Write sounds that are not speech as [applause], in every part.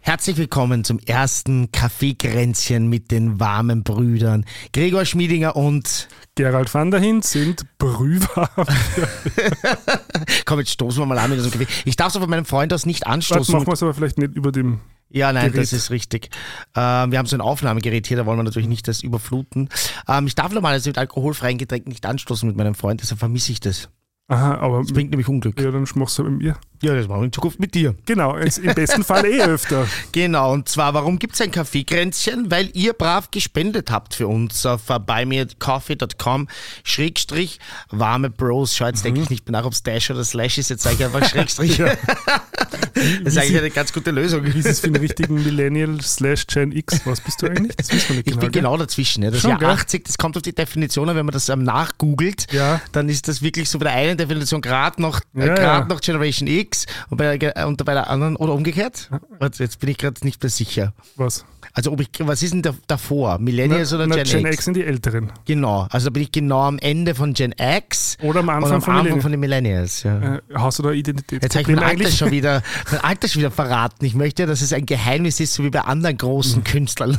Herzlich willkommen zum ersten Kaffeekränzchen mit den warmen Brüdern. Gregor Schmiedinger und Gerald van der Hin sind [laughs] brühwarm. komm, jetzt stoßen wir mal an mit diesem Kaffee. Ich darf es von meinem Freund aus nicht Das anstoßen. machen wir es aber vielleicht nicht über dem. ja, nein, Gerät. das ist richtig. Ähm, wir haben so ein Aufnahmegerät hier, da wollen wir natürlich nicht das überfluten. Ähm, ich darf normalerweise mit alkoholfreien Getränken nicht anstoßen mit meinem Freund, deshalb vermisse ich das. Aha, aber Das bringt nämlich Unglück. ja, dann machst du mit mir. Ja, das machen wir in Zukunft mit dir. Genau, jetzt im besten Fall eh öfter. Genau, und zwar, warum gibt es ein Kaffeekränzchen? Weil ihr brav gespendet habt für uns auf äh, buymeacoffee.com Schrägstrich warme Bros. Schau, jetzt denke ich nicht mehr nach, ob es Dash oder Slash ist, jetzt sage ich einfach [laughs] Schrägstrich. Mhm. Ja. Das ist Wie eigentlich sie- eine ganz gute Lösung. Wie ist es für einen richtigen Millennial slash Gen X? Was bist du eigentlich? Das wissen wir nicht Ich bin gell? genau dazwischen. Ja. Das Schon, Jahr gell? 80, das kommt auf die Definition an, wenn man das ähm, nachgoogelt, Ja. dann ist das wirklich so bei der einen Definition gerade noch, äh, Ja, grad ja. noch Generation X und bei, der, äh, und bei der anderen oder umgekehrt. Warte, Jetzt bin ich gerade nicht mehr sicher. Was? Also ob ich, was ist denn da, davor? Millennials oder na, Gen, Gen X? X sind die Älteren. Genau, also da bin ich genau am Ende von Gen X Oder am und Anfang am Anfang von Millennial. von den Millennials. Ja. äh, hast du da Identitätsprobleme Jetzt habe ich mein Alter, eigentlich? schon wieder, mein Alter schon wieder verraten. Ich möchte, dass es ein Geheimnis ist, so wie bei anderen Mhm. großen Künstlern.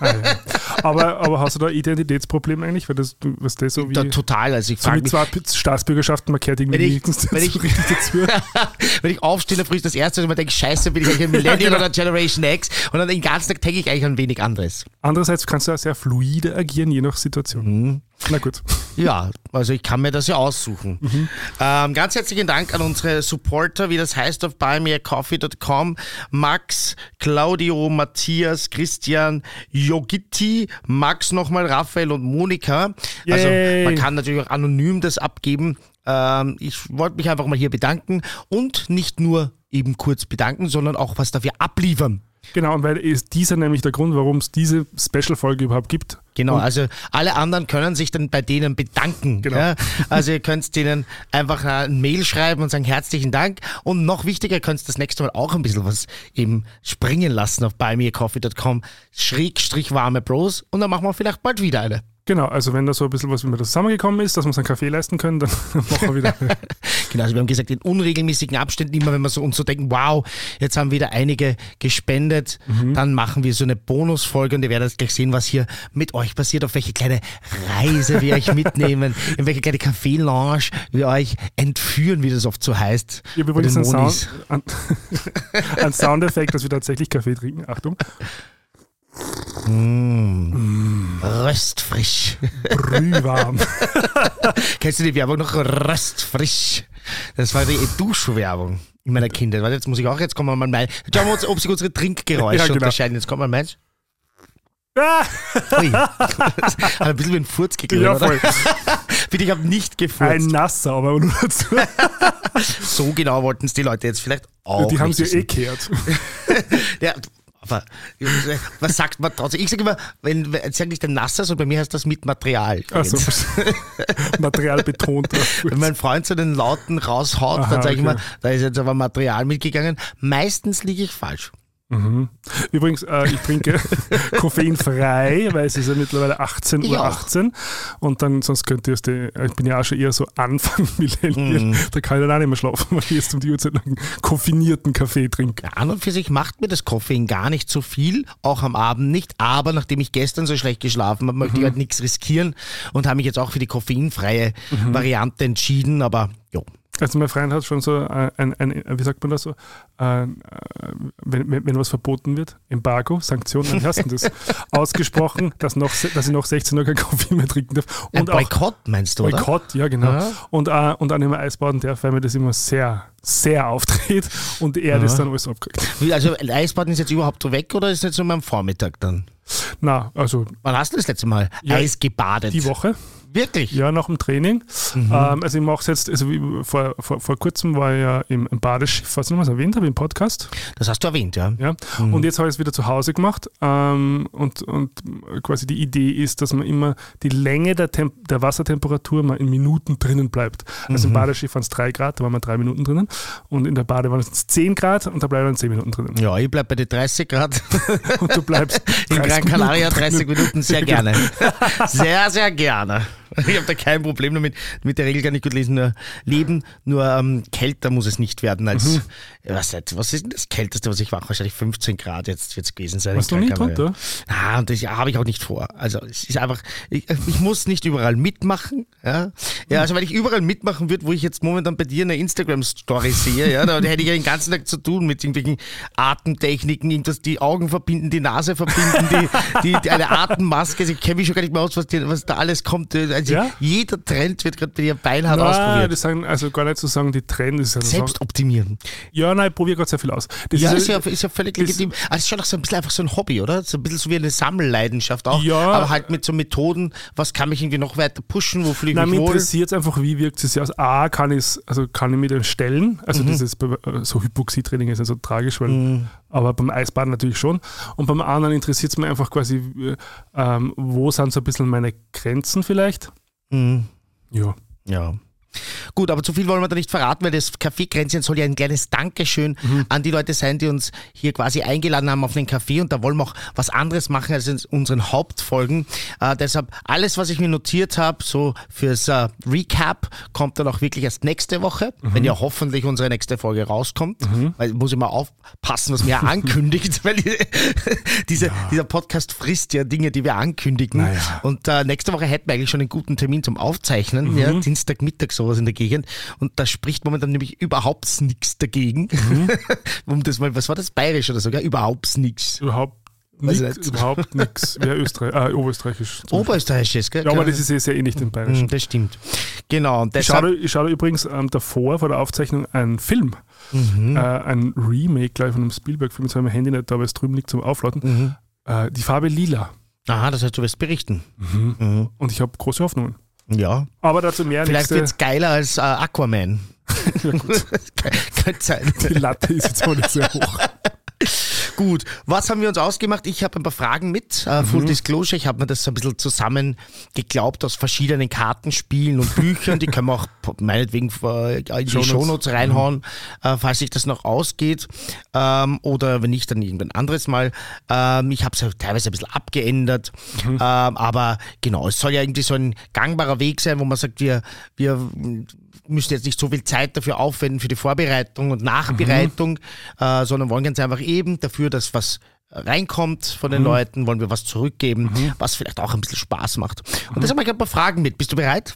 Ah, ja. [laughs] aber, aber hast du da Identitätsprobleme eigentlich? Weil das, du- was das so wie. Da, total, also ich so frage mich, mit zwei P- Staatsbürgerschaften, man kehrt irgendwie Wenn ich- wenigstens wenn ich- so richtig dazu. [laughs] wenn ich aufstehe, in der früh ist das Erste, wenn ich denke, scheiße, bin ich [laughs] eigentlich ein Millennial genau. oder Generation X und dann den ganzen Tag denke ich eigentlich an wenig anderes. Andererseits kannst du auch sehr fluide agieren, je nach Situation. Mhm. Na gut. Ja, also ich kann mir das ja aussuchen. Ähm, ganz herzlichen Dank an unsere Supporter, wie das heißt auf buymeacoffee.com. Max, Claudio, Matthias, Christian, Jogitti, Max nochmal, Raphael und Monika. Yay. Also man kann natürlich auch anonym das abgeben. Ähm, ich wollte mich einfach mal hier bedanken und nicht nur eben kurz bedanken, sondern auch was dafür abliefern. Genau, und weil ist dieser nämlich der Grund, warum es diese Special-Folge überhaupt gibt. Genau, also alle anderen können sich dann bei denen bedanken. Genau. Ja? Also ihr könnt denen einfach äh, ein Mail schreiben und sagen herzlichen Dank. Und noch wichtiger, ihr könnt das nächste Mal auch ein bisschen was eben springen lassen auf buymeacoffee.com schrägstrich warme Bros. Und dann machen wir vielleicht bald wieder eine. Genau, also wenn da so ein bisschen was wie mir das zusammengekommen ist, dass wir uns einen Kaffee leisten können, dann [laughs] machen wir wieder. [laughs] Genau, also wir haben gesagt, in unregelmäßigen Abständen, immer wenn wir so uns so denken, wow, jetzt haben wieder einige gespendet, Mhm. dann machen wir so eine Bonusfolge und ihr werdet gleich sehen, was hier mit euch passiert, auf welche kleine Reise wir euch [laughs] mitnehmen, in welche kleine Café-Lounge wir euch entführen, wie das oft so heißt. Ich habe bei den übrigens einen, Monis. Sound, [laughs] an, einen Soundeffekt, dass wir tatsächlich Kaffee trinken. Achtung. Röstfrisch. [laughs] Brühwarm. Kennst du die Werbung noch? Röstfrisch. Das war die Duschwerbung in meiner Kindheit. Warte, jetzt muss ich auch, jetzt kommen wir mal mein. Schauen wir uns, ob sich unsere Trinkgeräusche Ja, genau. unterscheiden. Jetzt kommt mal meins. Ah, Ui. [laughs] Hat ein bisschen wie ein Furz gekriegt, ja, oder? voll. Bitte, ich habe nicht gefurzt. Ein nasser, aber nur dazu. So genau wollten es die Leute jetzt vielleicht auch Die haben nicht sie eh wissen. kehrt. ja, aber was sagt man trotzdem? Ich sage immer, wenn, wenn- sag nicht der Nasser, sondern bei mir heißt das mit Material. Also, übrigens. [laughs] Material [laughs] betont. Wenn mein Freund so den Lauten raushaut, Aha, dann sage ich okay. mal, da ist jetzt aber Material mitgegangen. Meistens liege ich falsch. Übrigens, äh, ich trinke koffeinfrei, weil es ist ja mittlerweile 18 Ich Uhr auch. 18 und dann sonst könnt ihr es, die- ich bin ja auch schon eher so Anfang [laughs] Millennial, da kann ich dann auch nicht mehr schlafen, [laughs] weil ich jetzt um die Uhrzeit einen koffinierten Kaffee trinke. Ja, An und für sich macht mir das Koffein gar nicht so viel, auch am Abend nicht. Aber nachdem ich gestern so schlecht geschlafen habe, Mhm. möchte ich halt nichts riskieren und habe mich jetzt auch für die koffeinfreie Mhm. Variante entschieden. Aber jo. Also mein Freund hat schon so äh, ein, ein wie sagt man das so, äh, äh, wenn, wenn, wenn was verboten wird, Embargo, Sanktionen, wie heißt denn das, ausgesprochen, dass, noch, se- dass ich noch 16 Uhr kein Koffein mehr trinken darf. Ein Und auch Boykott meinst du, oder? Boykott, ja genau. Ja. Und, äh, und dann immer Eisbaden darf, weil mir das immer sehr, sehr auftritt und er das dann alles abkriegt. Wie, Also Eisbaden ist jetzt überhaupt so weg oder ist jetzt nur am Vormittag dann? Na, also Wann hast du das letzte Mal Ja, Eis gebadet? die Woche, Wirklich? ja, nach dem Training. Mhm. Ähm, also ich mache es jetzt, also wie, vor, vor, vor kurzem war ich ja im, im Badeschiff, was ich noch mal erwähnt habe, im Podcast. Das hast du erwähnt, ja. Ja. Mhm. Und jetzt habe ich es wieder zu Hause gemacht. Ähm, und, und quasi die Idee ist, dass man immer die Länge der, Tem der Wassertemperatur mal in Minuten drinnen bleibt. Also Mhm. im Badeschiff waren es drei Grad, da waren wir drei Minuten drinnen. Und in der Badewanne sind es zehn Grad und da bleiben wir dann zehn Minuten drinnen. Ja, ich bleib bei den 30 Grad. [laughs] Und du bleibst [laughs] In 30 Gran Canaria Minuten drinnen. [laughs] Genau. 30 Minuten, sehr gerne. Sehr, sehr gerne. Ich habe da kein Problem damit. Mit der Regel kann ich gut lesen. Nur leben, nur ähm, kälter muss es nicht werden als, Mhm. was, jetzt- was ist denn das Kälteste, was ich mache? Wahrscheinlich 15 Grad jetzt wird es gewesen sein. Warst in du nie Krakau, ja. drunter? Ah, und das habe ich auch nicht vor. Also es ist einfach, ich, ich muss nicht überall mitmachen. Ja? ja, also wenn ich überall mitmachen würde, wo ich jetzt momentan bei dir eine Instagram-Story sehe, ja, da hätte ich ja den ganzen Tag zu tun mit irgendwelchen Atemtechniken, irgendwas, die Augen verbinden, die Nase verbinden, die, die, die eine Atemmaske. Also ich kenne mich schon gar nicht mehr aus, was, die, was da alles kommt. Also Ja? jeder Trend wird gerade bei dir beinhart Ah, ausprobiert. das sagen, also gar nicht zu sagen, die Trend ist ja so- Selbst optimieren. Ja, nein, ich probiere gerade sehr viel aus. Das Ja, ist, ist ja, ist ja völlig das- legitim. Also es ist schon auch so ein bisschen einfach so ein Hobby, oder? So ein bisschen so wie eine Sammelleidenschaft auch. Ja. Aber halt mit so Methoden, was kann mich irgendwie noch weiter pushen, wo fühle ich Nein, mich mich wohl? interessiert einfach, wie wirkt es sich aus. A, kann ich also kann ich mir den stellen. Also Mhm. dieses äh, so Hypoxietraining ist ja so tragisch, weil, aber beim Eisbaden natürlich schon. Und beim anderen interessiert es mir einfach quasi, äh, ähm, wo sind so ein bisschen meine Grenzen vielleicht? Mhm. Ja. Ja. Gut, aber zu viel wollen wir da nicht verraten, weil das Kaffeekränzchen soll ja ein kleines Dankeschön an die Leute sein, die uns hier quasi eingeladen haben auf den Kaffee und da wollen wir auch was anderes machen als in unseren Hauptfolgen. Äh, deshalb alles, was ich mir notiert habe, so fürs äh, Recap, kommt dann auch wirklich erst nächste Woche, wenn ja hoffentlich unsere nächste Folge rauskommt. Weil muss ich mal aufpassen, was mir ja ankündigt, weil die, [laughs] diese, dieser Podcast frisst ja Dinge, die wir ankündigen. Naja. Und äh, nächste Woche hätten wir eigentlich schon einen guten Termin zum Aufzeichnen, ja, Mhm. Dienstagmittag sowas in der Gegend. Und da spricht momentan nämlich überhaupt nichts dagegen. Mhm. [laughs] um das mal, was war das? Bayerisch oder sogar? Überhaupt nichts. Überhaupt Weiß ich nichts. nicht. Oh, [laughs] Überhaupt nichts. Wäre Österreich, äh, Oberösterreichisch. Oberösterreichisches, gell? Ja, aber das ist eh sehr ähnlich dem Bayerischen. Hm, das stimmt. Genau. Und Ich schaue, deshalb, ich schaue übrigens ähm, davor vor der Aufzeichnung einen Film, Mhm. äh, ein Remake gleich von einem Spielberg-Film. Jetzt habe ich mein Handy nicht da, weil es drüben liegt zum Aufladen. Mhm. Äh, die Farbe lila. aha, das heißt, du wirst berichten. Und ich habe große Hoffnungen. Ja. Aber dazu mehr Vielleicht nächste. wird's geiler als äh, [laughs] Aquaman. [laughs] Könnte sein. Die Latte ist jetzt auch nicht sehr [laughs] hoch. Gut, was haben wir uns ausgemacht? Ich habe ein paar Fragen mit. Äh, Full Disclosure, ich habe mir das so ein bisschen zusammengeglaubt aus verschiedenen Kartenspielen und Büchern. Die können wir auch po- meinetwegen äh, in die Shownotes. Shownotes reinhauen, äh, falls sich das noch ausgeht. Ähm, oder wenn nicht, dann irgendwann anderes Mal. Ähm, ich habe es ja teilweise ein bisschen abgeändert. Ähm, aber genau, es soll ja irgendwie so ein gangbarer Weg sein, wo man sagt, wir, wir müssen jetzt nicht so viel Zeit dafür aufwenden für die Vorbereitung und Nachbereitung, äh, sondern wollen ganz einfach eben dafür, dass was reinkommt von den Leuten, wollen wir was zurückgeben, was vielleicht auch ein bisschen Spaß macht. Und deshalb habe ich ein paar Fragen mit. Bist du bereit?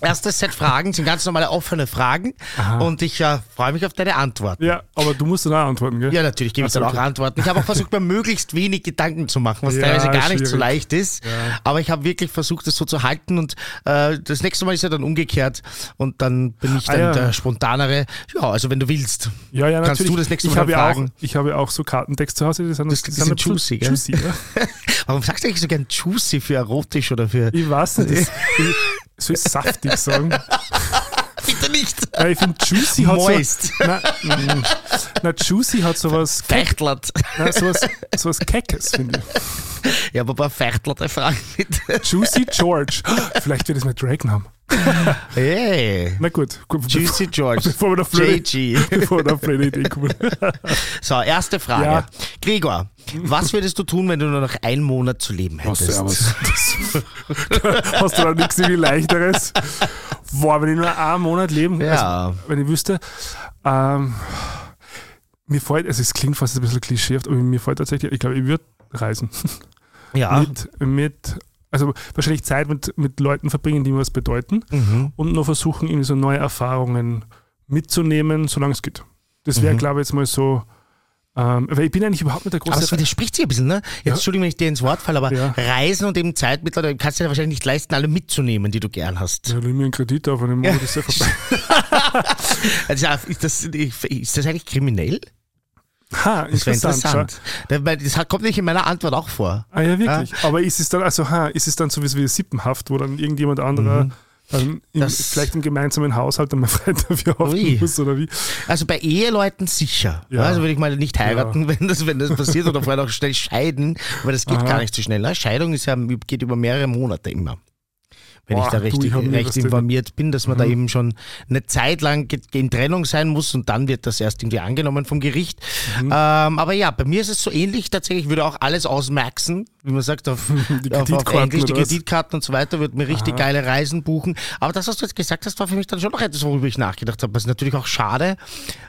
Erstes Set Fragen sind ganz normale offene Fragen und ich äh, freue mich auf deine Antworten. Ja, aber du musst dann auch antworten, gell? Ja, natürlich gebe ich Ach so, dann auch okay. Antworten. Ich habe auch [laughs] versucht, mir möglichst wenig Gedanken zu machen, was Ja, teilweise gar nicht so schwierig. leicht ist. Aber ich habe wirklich versucht, das so zu halten und äh, das nächste Mal ist ja dann umgekehrt und dann bin ich Ah, dann ja. der spontanere. Ja, also wenn du [laughs] willst. Ja, ja, Kannst natürlich. du das nächste ich Mal habe ja fragen? Auch, ich habe ja auch so Kartentext zu Hause, die sind, Das- die sind ein bisschen juicy, gell? juicy ja. Warum sagst du eigentlich so gern juicy für erotisch oder für... Ich weiß nicht, das, ich, soll ich saftig sagen? [laughs] Bitte nicht! Weil ich finde, juicy hat Moist. so... Nein, mm, nein, juicy hat sowas... Fechtlert. Nein, sowas, sowas Keckes, finde ich. Ja, aber ein paar fechtlerte Fragen bitte. Juicy George. Vielleicht wird es mein Dragname. Hey! Na gut. gut bevor, Juicy George. Also bevor wir da blöde, JG. bevor wir da blöde Idee kommen. So, erste Frage. Ja. Gregor, was würdest du tun, wenn du nur noch einen Monat zu leben hättest? Hast du da nichts irgendwie leichteres? Boah, wenn ich nur einen Monat leben Ja. also, wenn ich wüsste, ähm, mir fällt, also es klingt fast ein bisschen klischeehaft, aber mir fällt tatsächlich, ich glaube, ich würde reisen. Ja. Mit, mit, also wahrscheinlich Zeit mit, mit Leuten verbringen, die mir was bedeuten Mhm. und noch versuchen, irgendwie so neue Erfahrungen mitzunehmen, solange es geht. Das wäre, glaube ich, jetzt mal so, ähm, weil ich bin eigentlich überhaupt nicht der Mhm. Aber das große... widerspricht sich ein bisschen, ne? Jetzt, Entschuldigung, wenn ich dir ins Wort falle, aber Ja. Reisen und eben Zeit mit Leuten kannst du dir wahrscheinlich nicht leisten, alle mitzunehmen, die du gern hast. Ja, nimm mir einen Kredit auf und im Monat ist ja vorbei. Also, ist, das, ist das eigentlich kriminell? Ha, Das wäre interessant. schau. interessant. Das hat- kommt nicht in meiner Antwort auch vor. Ah ja, wirklich. Aber ist es dann, also ha, ist es dann so wie so wie Sippenhaft, wo dann irgendjemand anderer dann im, Mhm. Das- vielleicht im gemeinsamen Haushalt dann mal frei dafür Ui. aufnehmen muss oder wie? Also bei Eheleuten sicher. Ja. Also würde ich mal nicht heiraten, [laughs] wenn, das, wenn das passiert oder vorher noch schnell scheiden, weil das geht Aha. gar nicht so schnell. Ne? Scheidung ist ja, geht über mehrere Monate immer. wenn Boah, ich da du, richtig ich hab mir recht das Ding- informiert bin, dass man Mhm. da eben schon eine Zeit lang ge- in Trennung sein muss und dann wird das erst irgendwie angenommen vom Gericht. Mhm. Ähm, aber ja, bei mir ist es so ähnlich. Tatsächlich würde auch alles ausmaxen, wie man sagt, auf, [laughs] Die auf, auf Kreditkarten Englisch, die oder was? Kreditkarten und so weiter, würde mir richtig geile Reisen buchen. Aber das, was du jetzt gesagt hast, war für mich dann schon noch etwas, worüber ich nachgedacht habe. Was ist natürlich auch schade,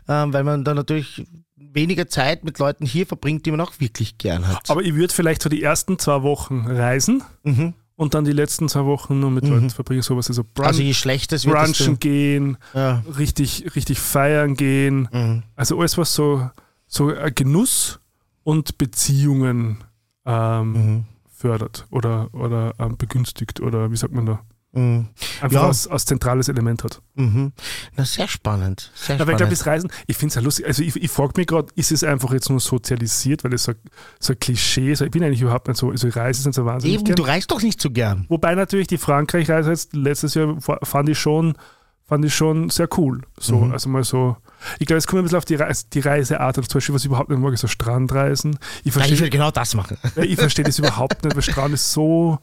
ähm, weil man dann natürlich weniger Zeit mit Leuten hier verbringt, die man auch wirklich gern hat. Aber ich würde vielleicht so die ersten zwei Wochen reisen Mhm. und dann die letzten zwei Wochen nur mit Leuten verbringen, sowas wie so Brunch, also je schlechter es wird, Brunchen desto, gehen, ja, Mhm. richtig, richtig feiern gehen. Also alles, was so, so äh, Genuss und Beziehungen ähm, Mhm. fördert oder, oder ähm, begünstigt oder wie sagt man da? mhm. Einfach Ja. als, als zentrales Element hat. Mhm. Na, sehr spannend. Sehr Ja, weil ich glaube, spannend. das Reisen, ich finde es ja lustig. Also, ich, ich frage mich gerade, ist es einfach jetzt nur sozialisiert, weil es so, so ein Klischee ist? Ich bin eigentlich überhaupt nicht so, also ich reise ist nicht so wahnsinnig. Eben, gern. du reist doch nicht so gern. Wobei natürlich die Frankreich-Reise jetzt letztes Jahr fa- fand ich schon, fand ich schon sehr cool. So, Mhm. also mal so. Ich glaube, es kommt ein bisschen auf die, Reis, die Reiseart an. Zum Beispiel, was ich überhaupt nicht mag, ist so Strandreisen. Ich Also- Nein, ich verstehe will genau das machen. ich versteh das überhaupt nicht, weil Strand ist so,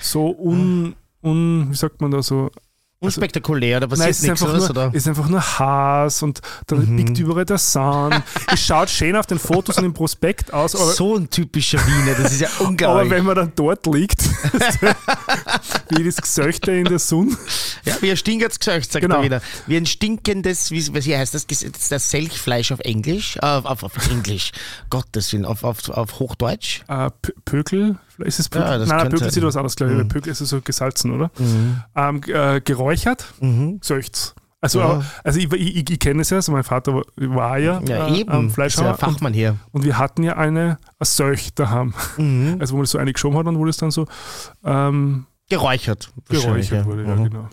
so un, un, wie sagt man da so, Unspektakulär, da passiert es nichts, einfach oder? nur, was, oder? Mhm. ist einfach nur Haas und dann liegt überall der Sand. es schaut schön auf den Fotos und im Prospekt aus, aber, So ein typischer Wiener, das ist ja [laughs] aber unglaublich. wenn man dann dort liegt, [laughs] wie das Gesöchte in der Sonne. ja, wie ein stinkendes Gesöcht, sagt Genau. er wieder. Wie ein stinkendes, wie, was hier heißt das, Ges- das Selchfleisch auf Englisch, äh, auf, auf Englisch, [laughs] Gottes Willen, auf, auf, auf Hochdeutsch. Äh, P- Pökel? Ist es Pökel? Ja, das Nein, könnte- Mhm. Pökel sieht was anderes, glaube ich. weil Pökel ist ja so gesalzen, oder? Ähm, g- äh, geräuchert, seufzt. Also, Mhm. Ja. äh, also ich, ich, ich, ich kenne es ja, also mein Vater war- war ja, Ja, äh, eben, am ist ja Fleischhauer ein Fachmann hier. und wir hatten ja eine, eine Seuch daheim. Mhm. Also wo man das so eine geschoben hat und wo das dann so ähm, Geräuchert. wahrscheinlich, geräuchert wurde. Ja, Mhm. genau.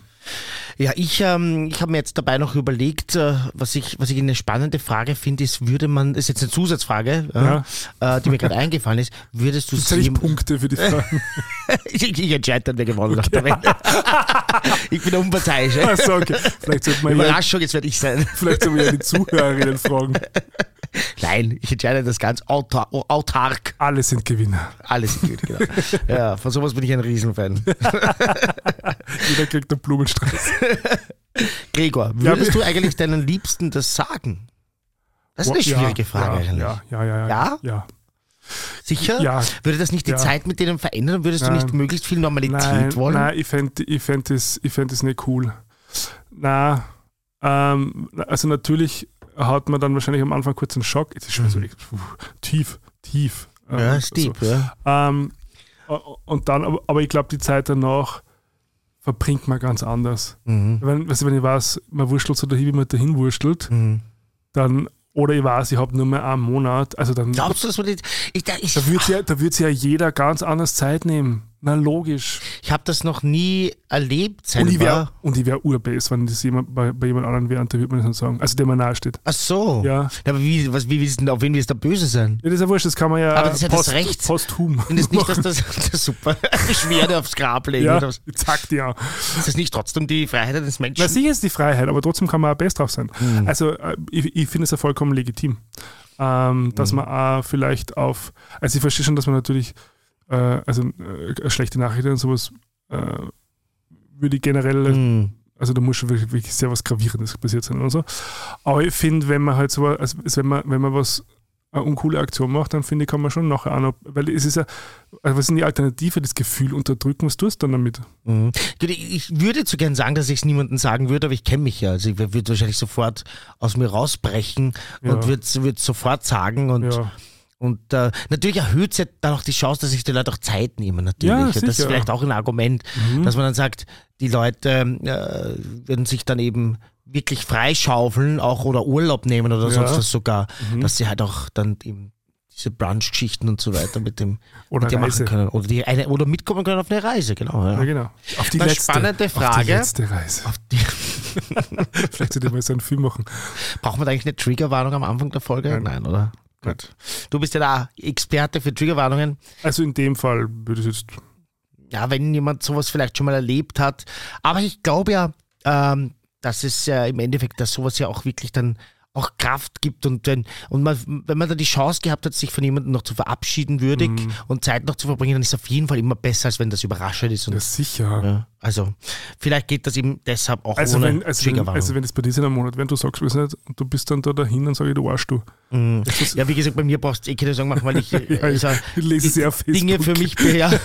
Ja, ich, ähm, ich habe mir jetzt dabei noch überlegt, äh, was, ich, was ich eine spannende Frage finde, ist, würde man, ist jetzt eine Zusatzfrage, äh, äh, die mir gerade [laughs] eingefallen ist, würdest du Das hätte ich [laughs] jem- Punkte für die [laughs] Frage. [laughs] ich, ich entscheide dann, wer gewonnen hat. [laughs] ich bin unparteiisch. [laughs] Äh. Achso, Also, okay. Vielleicht sollte man ja, Überraschung, jetzt werde ich sein. [laughs] vielleicht sollte man ja die Zuhörerinnen fragen. Nein, ich entscheide das ganz autar autark. Alle sind Gewinner. Alles gut, genau. [laughs] Ja, von sowas bin ich ein Riesenfan. Jeder kriegt einen Blumenstrauß. Gregor, Ja, würdest wir- du eigentlich deinen Liebsten das sagen? Das ist eine Ja, schwierige Frage ja, eigentlich. ja, ja, ja, Ja? ja. ja. Sicher? Ja. Würde das nicht die Ja. Zeit mit denen verändern und würdest du Nein. nicht möglichst viel Normalität Nein, wollen? nein ich fände ich fänd das, ich fänd das nicht cool. Na, ähm, also natürlich hat man dann wahrscheinlich am Anfang kurz einen Schock. Es ist schon so echt, puh, tief, tief. ähm, Mhm. Ja, Steve, ja. So. Ähm, o- und dann, aber, aber ich glaube, die Zeit danach verbringt man ganz anders. Mhm. Wenn, weißt du, wenn ich weiß, man wurschtelt so dahin, wie man dahin wurschtelt, Mhm. dann, oder ich weiß, ich habe nur mehr einen Monat, also dann, Glaubst du, dass man die, ich, da- ich, da wird ja, da wird's ja jeder ganz anders Zeit nehmen. Na, logisch. ich habe das noch nie erlebt Und ich selber. wäre wär urbase, wenn das jemand, bei, bei jemand anderem wäre, und da würde man das nicht sagen. Also der mir nahe steht. Ach so. Ja. Ja, Aber wie, was, wie willst du denn, auf wen willst du da böse sein? Ja, das ist ja wurscht, das kann man ja, Aber das ist ja das Recht. posthum. Findest nicht, dass das, das ist super [laughs] Beschwerde aufs Grab legen? [laughs] ja, Oder was? zack, ja. Ist das nicht trotzdem die Freiheit eines Menschen? Hm. Na, sicher ist die Freiheit, aber trotzdem kann man auch best drauf sein. Mhm. Also äh, ich, ich finde es ja vollkommen legitim, ähm, Mhm. dass man auch vielleicht auf, also ich verstehe schon, dass man natürlich, äh, also äh, schlechte Nachrichten und sowas äh, würde ich generell Mhm. Also da muss schon wirklich, wirklich sehr was Gravierendes passiert sein oder so. Aber ich finde, wenn man halt so, also wenn man, wenn man was eine uncoole Aktion macht, dann finde ich, kann man schon nachher auch noch, weil es ist ja, also was ist denn die Alternative, das Gefühl unterdrücken, was tust du dann damit? Mhm. Gut, Ich ich würde zu gern sagen, dass ich es niemandem sagen würde, aber ich kenne mich ja. Also ich würde wahrscheinlich sofort aus mir rausbrechen und Ja. würde es sofort sagen. Und, Ja. und äh, natürlich erhöht es ja dann auch die Chance, dass sich die Leute auch Zeit nehmen. Natürlich. Ja, das ist sicher. Mhm. vielleicht auch ein Argument, dass man dann sagt, die Leute äh, würden sich dann eben wirklich freischaufeln auch oder Urlaub nehmen oder Ja. Mhm. sonst was sogar, dass sie halt auch dann eben diese Brunch-Geschichten und so weiter mit dem Oder mit dem machen Reise. können. Oder, die eine, oder mitkommen können auf eine Reise, genau. Ja. Ja, genau. Auf die Eine letzte, spannende Auf die Frage. letzte Reise. Auf die, [laughs] Vielleicht sollte ich mal so einen Film machen. braucht man da eigentlich eine Triggerwarnung am Anfang der Folge? Nein, oder? Gut. Du bist ja da Experte für Triggerwarnungen. Also in dem Fall würde ich jetzt, Ja, wenn jemand sowas vielleicht schon mal erlebt hat. Aber ich glaube ja, ähm, dass es ja im Endeffekt, dass sowas ja auch wirklich dann auch Kraft gibt und wenn, und man, wenn man da die Chance gehabt hat, sich von jemandem noch zu verabschieden würdig Mhm. und Zeit noch zu verbringen, dann ist es auf jeden Fall immer besser, als wenn das überraschend ist. Und, Ja, sicher. ja, also vielleicht geht das eben deshalb auch Also ohne wenn, also, wenn, Triggerwarnung. also wenn es bei dir ist in einem Monat, wenn du sagst, weiß nicht, und du bist dann da dahin, dann sage ich, du Arsch, du. Das ist- ja, wie gesagt, bei mir brauchst du eh keine Sorgen machen, weil ich, äh, [laughs] Ja, ich- also, ich lese sie auf Dinge Facebook. für mich be- ja. [laughs]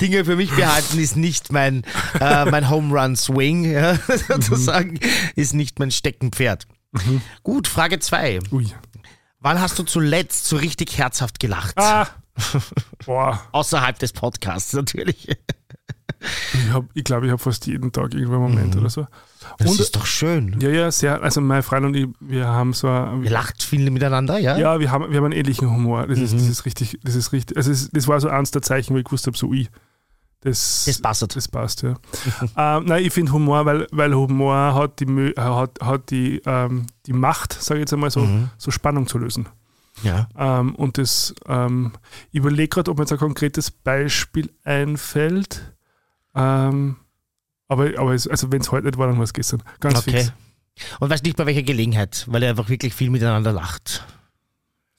Dinge für mich behalten ist nicht mein, äh, mein Home Run Swing, ja, [laughs] sozusagen, ist nicht mein Steckenpferd. Gut, Frage 2. Ui. Wann hast du zuletzt so richtig herzhaft gelacht? Ah! Boah, Außerhalb des Podcasts natürlich. ich glaube, ich, glaub, ich habe fast jeden Tag irgendwann einen Moment oder so. Mhm. Das Und, ist doch schön. ja, ja, sehr. Also meine Freundin und ich, wir haben so ein, Ihr lacht viel miteinander, ja? Ja, wir haben, wir haben einen ähnlichen Humor. Das, ist, Mhm. das ist richtig, das ist richtig. Also es, das war so eins der Zeichen, wo ich gewusst habe, so ui, das, Das passt. Das passt, ja. ähm, nein, ich finde Humor, weil, weil Humor hat die, Mö- hat, hat die, ähm, die Macht, sage ich jetzt einmal so, Mhm. so Spannung zu lösen. ja. Ähm, und das ähm, ich überlege gerade, ob mir jetzt ein konkretes Beispiel einfällt. Ähm, aber aber es, also wenn es heute nicht war, dann war es gestern. Ganz Okay. fix. Und weiß nicht bei welcher Gelegenheit, weil er einfach wirklich viel miteinander lacht.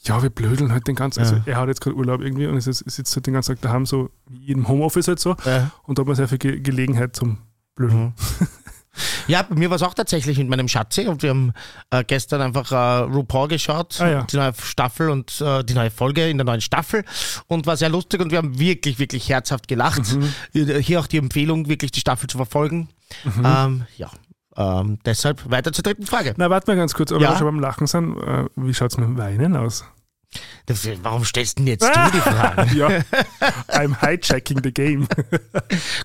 Ja, wir blödeln halt den ganzen. Also Ja. er hat jetzt gerade Urlaub irgendwie und ist jetzt, sitzt halt den ganzen Tag daheim, so wie im Homeoffice halt so. Ja. Und da hat man sehr viel Ge Gelegenheit zum Mhm. Blödeln. Ja, bei mir war es auch tatsächlich mit meinem Schatzi und wir haben äh, gestern einfach äh, RuPaul geschaut, Ah, ja. die neue Staffel und äh, die neue Folge in der neuen Staffel und war sehr lustig und wir haben wirklich, wirklich herzhaft gelacht. Mhm. Hier auch die Empfehlung, wirklich die Staffel zu verfolgen. Mhm. Ähm, ja, ähm, deshalb weiter zur dritten Frage. Na, warte mal ganz kurz, aber Ja. wir schon beim Lachen sind, äh, wie schaut es mit dem Weinen aus? Das, warum stellst denn jetzt Ah! du die Frage? [laughs] ja, I'm hijacking the game.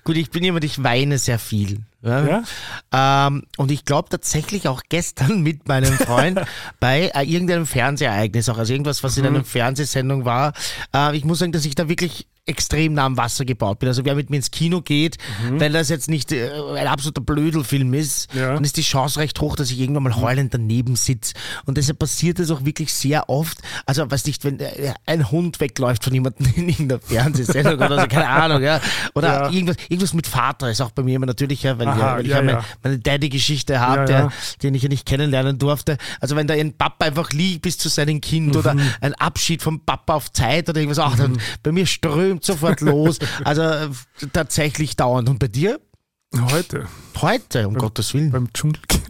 Gut, ich bin jemand, ich weine sehr viel. Ja? ja? Ähm, und ich glaube tatsächlich auch gestern [laughs] mit meinem Freund bei äh, irgendeinem Fernsehereignis, auch also irgendwas, was in Mhm. einer Fernsehsendung war. Äh, ich muss sagen, dass ich da wirklich extrem nah am Wasser gebaut bin. Also wer mit mir ins Kino geht, wenn das jetzt nicht äh, ein absoluter Blödelfilm ist, Mhm. Ja. dann ist die Chance recht hoch, dass ich irgendwann mal heulend daneben sitze. Und deshalb passiert das auch wirklich sehr oft. Also weiß nicht, wenn äh, ein Hund wegläuft von jemandem [laughs] in irgendeiner Fernsehsendung oder so, keine Ahnung, ja. Oder Ja. Irgendwas, irgendwas mit Vater ist auch bei mir immer natürlich, ja, weil weil ich, Aha, weil ich ja, ja, meine, ja. meine Daddy-Geschichte habe, Ja, der, ja. den ich ja nicht kennenlernen durfte. Also wenn da ein Papa einfach liegt bis zu seinem Kind oder Mhm. ein Abschied vom Papa auf Zeit oder irgendwas, auch dann bei mir strömt sofort los. Also äh, tatsächlich dauernd. Und bei dir? Heute, Heute, Äh, um Gottes Willen. beim Dschungelcamp.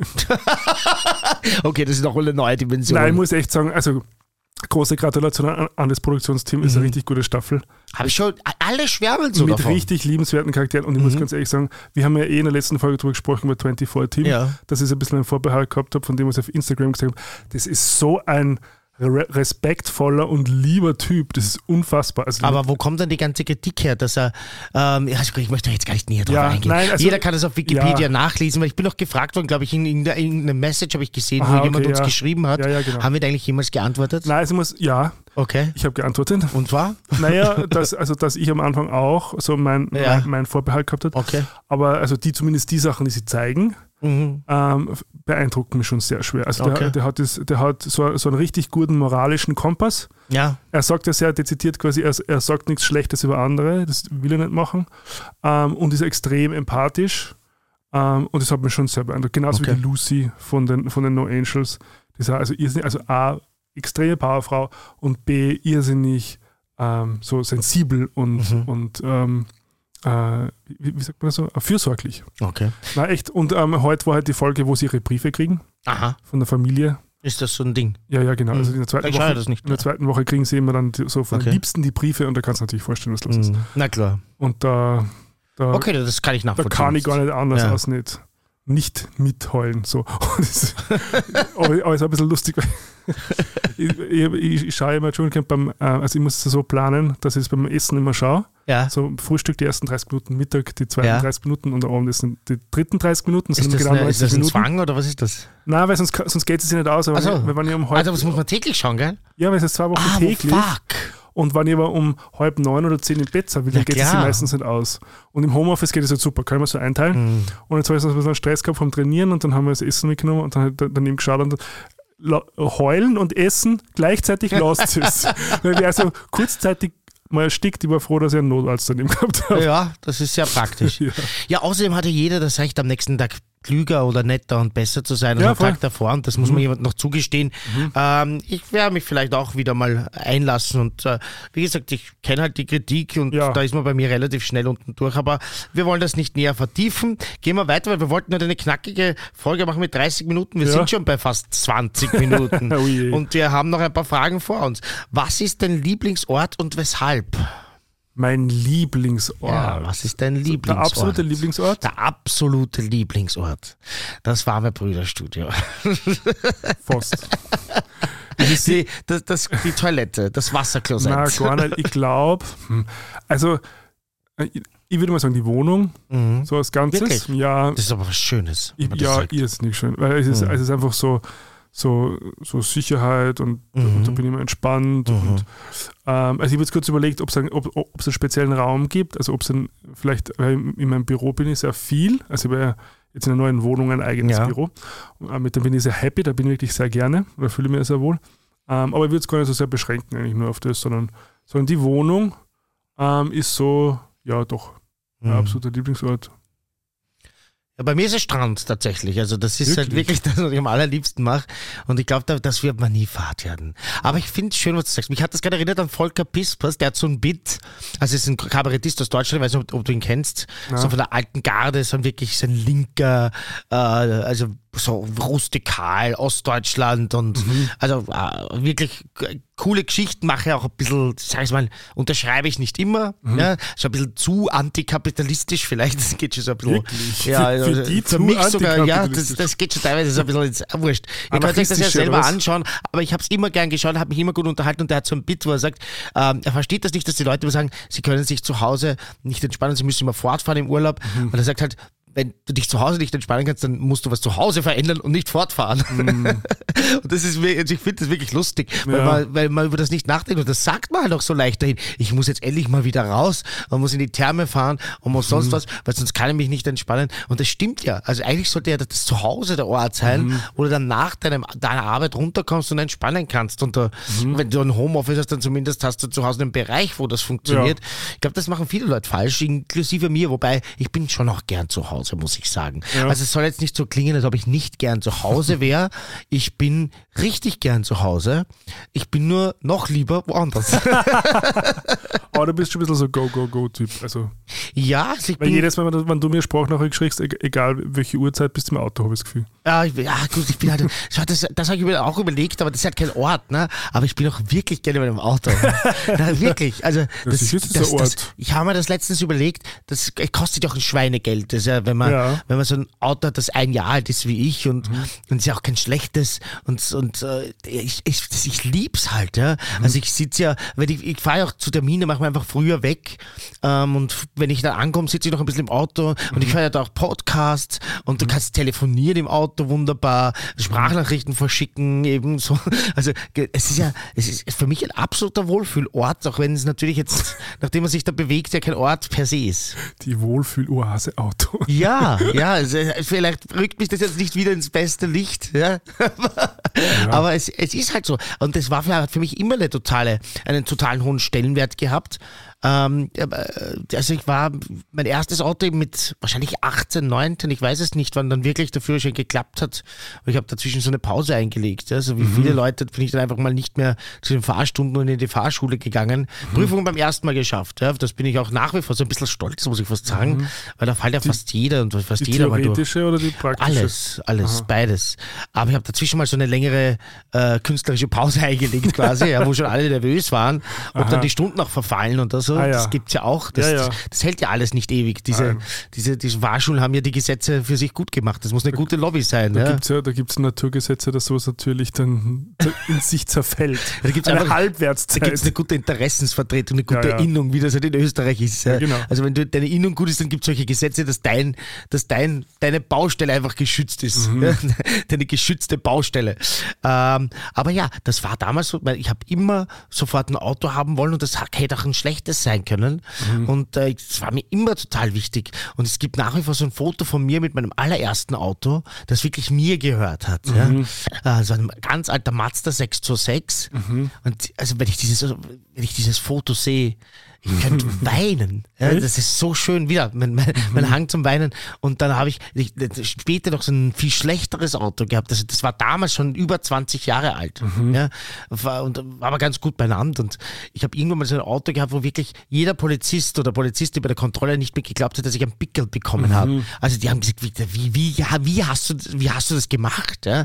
Okay, das ist noch eine neue Dimension. äh. Nein, ich muss echt sagen, also große Gratulation an, an das Produktionsteam, Mhm. ist eine richtig gute Staffel. Habe ich schon, alle schwärmen so mit davon. richtig liebenswerten Charakteren. Und ich Mhm. muss ganz ehrlich sagen, wir haben ja eh in der letzten Folge drüber gesprochen über 24 Team, Ja. dass ich ein bisschen einen Vorbehalt gehabt habe, von dem was ich auf Instagram gesagt habe. Das ist so ein re respektvoller und lieber Typ. Das ist unfassbar. Also, Aber wo kommt dann die ganze Kritik her, dass er, ähm, ja, also ich möchte da jetzt gar nicht näher drauf Ja, eingehen. nein, also- Jeder kann das auf Wikipedia Ja. nachlesen, weil ich bin auch gefragt worden, glaube ich, in irgendeiner- irgendeinem Message habe ich gesehen, Aha, wo jemand okay, uns ja. geschrieben hat. Ja, ja, genau. Haben wir da eigentlich jemals geantwortet? nein, also ich muss, ja, Okay. ich habe geantwortet. Und war? Naja, dass, also, dass ich am Anfang auch so mein, Ja. mein, mein Vorbehalt gehabt habe. Okay. Aber also die zumindest die Sachen, die sie zeigen, Mhm. ähm, beeindrucken mich schon sehr schwer. Also der, Okay. der hat, das, der hat so, so einen richtig guten moralischen Kompass. Ja. Er sagt ja sehr dezidiert quasi, er, er sagt nichts Schlechtes über andere, das will er nicht machen ähm, und ist extrem empathisch ähm, und das hat mich schon sehr beeindruckt. Genauso Okay. wie die Lucy von den, von den No Angels. Das ist auch also, irrsinnig, also A, extreme Powerfrau und B, irrsinnig ähm, so sensibel und, und ähm, äh, wie, wie sagt man das so, Äh, fürsorglich. Okay. Na echt, und ähm, heute war halt die Folge, wo sie ihre Briefe kriegen Aha. von der Familie. Ist das so ein Ding? Ja, ja, genau. Also in der Dann zweiten, schaue Woche, ich das nicht. in der zweiten Woche kriegen sie immer dann die- so von Okay. den Liebsten die Briefe und da kannst du natürlich vorstellen, was los ist. Mhm. Na klar. Und da, da, Okay, das kann ich da nachvollziehen. kann ich gar nicht anders Ja. als nicht, nicht mitheulen. So. [laughs] Und das, aber, aber es ist ein bisschen lustig. [laughs] weil ich, ich, ich schaue immer Dschungelcamp beim, äh, also ich muss es so planen, dass ich es beim Essen immer schaue. Ja. So Frühstück die ersten 30 Minuten, Mittag die zweiten Ja. 30 Minuten und am Abend sind die dritten 30 Minuten. sind Ist das, genau eine, ist 90 das ein Minuten. Zwang oder was ist das? Nein, weil sonst, sonst geht es sich nicht aus. Aber Ach so. wenn, wenn ich um halb, Also, das muss man täglich schauen, gell? ja, weil es ist zwei Wochen Ah, täglich. fuck. Und wenn ich aber um halb neun oder zehn im Bett bin, dann Ja, geht es sich klar. meistens nicht aus. Und im Homeoffice geht es halt super, können wir so einteilen. Mhm. Und jetzt habe ich so ein bisschen Stress gehabt vom Trainieren und dann haben wir das Essen mitgenommen und dann halt daneben geschaut und la- heulen und essen, gleichzeitig [laughs] lasst es. Weil ich also kurzzeitig mal erstickt, ich war froh, dass ich einen Notarzt daneben gehabt habe. Ja, das ist sehr praktisch. ja. [laughs] Ja. außerdem hatte jeder das Recht, am nächsten Tag klüger oder netter und besser zu sein als Ja, am voll. Mhm. Tag davor. Und das muss man jemandem noch zugestehen. Ähm, ich werde mich vielleicht auch wieder mal einlassen. Und äh, wie gesagt, ich kenne halt die Kritik und Ja. da ist man bei mir relativ schnell unten durch. Aber wir wollen das nicht näher vertiefen. Gehen wir weiter, weil wir wollten halt eine knackige Folge machen mit 30 Minuten. Wir Ja. sind schon bei fast 20 Minuten. [laughs] Oh je. und wir haben noch ein paar Fragen vor uns. Was ist dein Lieblingsort und weshalb? Mein Lieblingsort. Ja, was ist dein Lieblingsort? Der absolute Lieblingsort? Der absolute Lieblingsort. Das warme Brüderstudio. [laughs] Fast. Die, das, das, die Toilette, das Also Na, Wasserklosett. gar nicht. Ich glaube, also äh, ich- ich würde mal sagen, die Wohnung, Mhm. so als Ganzes. Wirklich? Ja, Das ist aber was Schönes. wenn ich, man das ja sagt. ihr ist nicht schön, weil es ist, Mhm. es ist einfach so, so, so Sicherheit und, Mhm. und da bin ich immer entspannt. Und, ähm, also ich habe jetzt kurz überlegt, ob es einen, ob, ob es einen speziellen Raum gibt, also ob es einen, vielleicht, weil in meinem Büro bin ich sehr viel, also ich habe ja jetzt in der neuen Wohnung ein eigenes Ja. Büro. Und, ähm, mit dem bin ich sehr happy, da bin ich wirklich sehr gerne oder fühle mich sehr wohl. Ähm, aber ich würde es gar nicht so sehr beschränken eigentlich nur auf das, sondern, sondern die Wohnung ähm, ist so, ja doch, mein Mhm. absoluter Lieblingsort. Ja, bei mir ist es Strand tatsächlich. Also das ist halt Wirklich? wirklich [laughs] das, was ich am allerliebsten mache. Und ich glaube, da, das wird man nie fad werden. Aber ich finde es schön, was du sagst. Mich hat das gerade erinnert an Volker Pispers, der hat so ein Bit, also ist ein Kabarettist aus Deutschland, ich weiß nicht, ob, ob du ihn kennst, Ja. so von der alten Garde, so ein wirklich so ein linker, äh, also so rustikal, Ostdeutschland und Mhm. also äh, wirklich g- coole Geschichten mache auch ein bisschen, sag ich mal, unterschreibe ich nicht immer, Mhm. ja, so ein bisschen zu antikapitalistisch vielleicht, das geht schon so ein bisschen Wirklich? ja, Für- für also die für zu mich sogar, ja, antikapitalistisch. das, das geht schon teilweise so ein bisschen ins Wurscht. Ihr könnt euch das ja Anarchistisch, selber oder was? anschauen, aber ich habe es immer gern geschaut, habe mich immer gut unterhalten und der hat so ein Bit, wo er sagt, ähm, er versteht das nicht, dass die Leute immer sagen, sie können sich zu Hause nicht entspannen, sie müssen immer fortfahren im Urlaub und er sagt halt, wenn du dich zu Hause nicht entspannen kannst, dann musst du was zu Hause verändern und nicht fortfahren. [laughs] Und das ist, wir- also ich finde das wirklich lustig, weil, Ja. man, weil man über das nicht nachdenkt. Und das sagt man halt auch so leicht dahin. Ich muss jetzt endlich mal wieder raus und muss in die Therme fahren und muss sonst was, weil sonst kann ich mich nicht entspannen. Und das stimmt ja. Also eigentlich sollte ja das Zuhause der Ort sein, wo du dann nach deinem, deiner Arbeit runterkommst und entspannen kannst. Und da, wenn du ein Homeoffice hast, dann zumindest hast du zu Hause einen Bereich, wo das funktioniert. Ich glaube, das machen viele Leute falsch, inklusive mir. Wobei, ich bin schon auch gern zu Hause, muss ich sagen. Ja. Also es soll jetzt nicht so klingen, als ob ich nicht gern zu [laughs] Hause wäre. Ich bin richtig gern zu Hause. Ich bin nur noch lieber [laughs] woanders. Aber du bist schon ein bisschen so Go-Go-Go-Typ. Also ja, also ich Weil bin, jedes Mal, wenn du- wenn du mir Sprachnachricht schickst, e- egal welche Uhrzeit, bist du im Auto, habe ich das Gefühl. ja, ich bin, ja, gut, ich bin halt, [laughs] schau, das, das habe ich mir auch überlegt, aber das ist halt kein Ort, ne? Aber ich bin auch wirklich gerne mit dem [laughs] Auto. Na, wirklich, also das, das, ist jetzt das, der das, Ort. ich habe mir das letztens überlegt, das äh, kostet ja auch ein Schweinegeld, das, ist ja, wenn man, Ja. wenn man so ein Auto hat, das ein Jahr alt ist wie ich und und ist ja auch kein schlechtes und und äh, ich, ich, ich lieb's halt, ja. Also ich sitze ja, wenn ich, ich fahre ja auch zu Terminen, mache mir einfach früher weg ähm, und f- wenn ich dann ankomme, sitze ich noch ein bisschen im Auto und ich höre ja da auch Podcasts und du kannst telefonieren im Auto wunderbar, Sprachnachrichten verschicken eben so. [laughs] Also ge- es ist ja, es ist für mich ein absoluter Wohlfühlort, auch wenn es natürlich jetzt, nachdem man sich da bewegt, ja kein Ort per se ist. Die Wohlfühl-Oase Auto. Ja, ja, also vielleicht rückt mich das jetzt nicht wieder ins beste Licht, ja. aber es, es ist halt so. Und das Waffel hat für mich immer eine totale, einen totalen hohen Stellenwert gehabt. Ähm, äh, also ich war, mein erstes Auto eben mit wahrscheinlich 18, 19, ich weiß es nicht, wann dann wirklich der Führerschein geklappt hat. Aber ich habe dazwischen so eine Pause eingelegt. Also wie viele Leute bin ich dann einfach mal nicht mehr zu den Fahrstunden und in die Fahrschule gegangen. Prüfung beim ersten Mal geschafft. Ja. Auf Das bin ich auch nach wie vor so ein bisschen stolz, muss ich fast sagen, weil da fällt ja fast jeder und fast [laughs] Die jeder mal durch. theoretische oder die praktische? Alles, alles, beides. Aber ich habe dazwischen mal so eine längere äh, künstlerische Pause [laughs] eingelegt quasi, ja, wo schon alle nervös waren, ob dann die Stunden auch verfallen und so. Ah, ja. Das gibt's ja auch. Das, Ja, ja. Das, das hält ja alles nicht ewig. Diese, Nein. diese, diese Fahrschulen haben ja die Gesetze für sich gut gemacht. Das muss eine gute Lobby sein. Da Ja. gibt's ja, da gibt's Naturgesetze, dass sowas natürlich dann in [laughs] sich zerfällt. Da gibt's Eine einfach- Da Halbwertszeit. gibt es eine gute Interessensvertretung, eine gute Ja, ja. Innung, wie das halt in Österreich ist. Ja, genau. Also wenn du, deine Innung gut ist, dann gibt es solche Gesetze, dass, dein, dass dein, deine Baustelle einfach geschützt ist. Ja, [laughs] deine geschützte Baustelle. Ähm, aber ja, das war damals so, weil ich habe immer sofort ein Auto haben wollen und das hätte auch ein schlechtes sein können. Und äh, das war mir immer total wichtig. Und es gibt nach wie vor so ein Foto von mir mit meinem allerersten Auto, das wirklich mir gehört hat. Ja. Also ein ganz alter Mazda 626. Und also wenn ich dieses, also wenn ich dieses Foto sehe, ich könnte weinen. Ja, das ist so schön. Wieder mein, mein, mein Hang zum Weinen. Und dann habe ich, ich später noch so ein viel schlechteres Auto gehabt. Also Das, das war damals schon über 20 Jahre alt. Ja, war, und, war aber ganz gut beieinander. Und ich habe irgendwann mal so ein Auto gehabt, wo wirklich jeder Polizist oder Polizistin bei der Kontrolle nicht mehr geglaubt hat, dass ich einen Pickel bekommen habe. Also die haben gesagt, wie, wie, wie, ja, wie, hast, du, wie hast du das gemacht? Ja?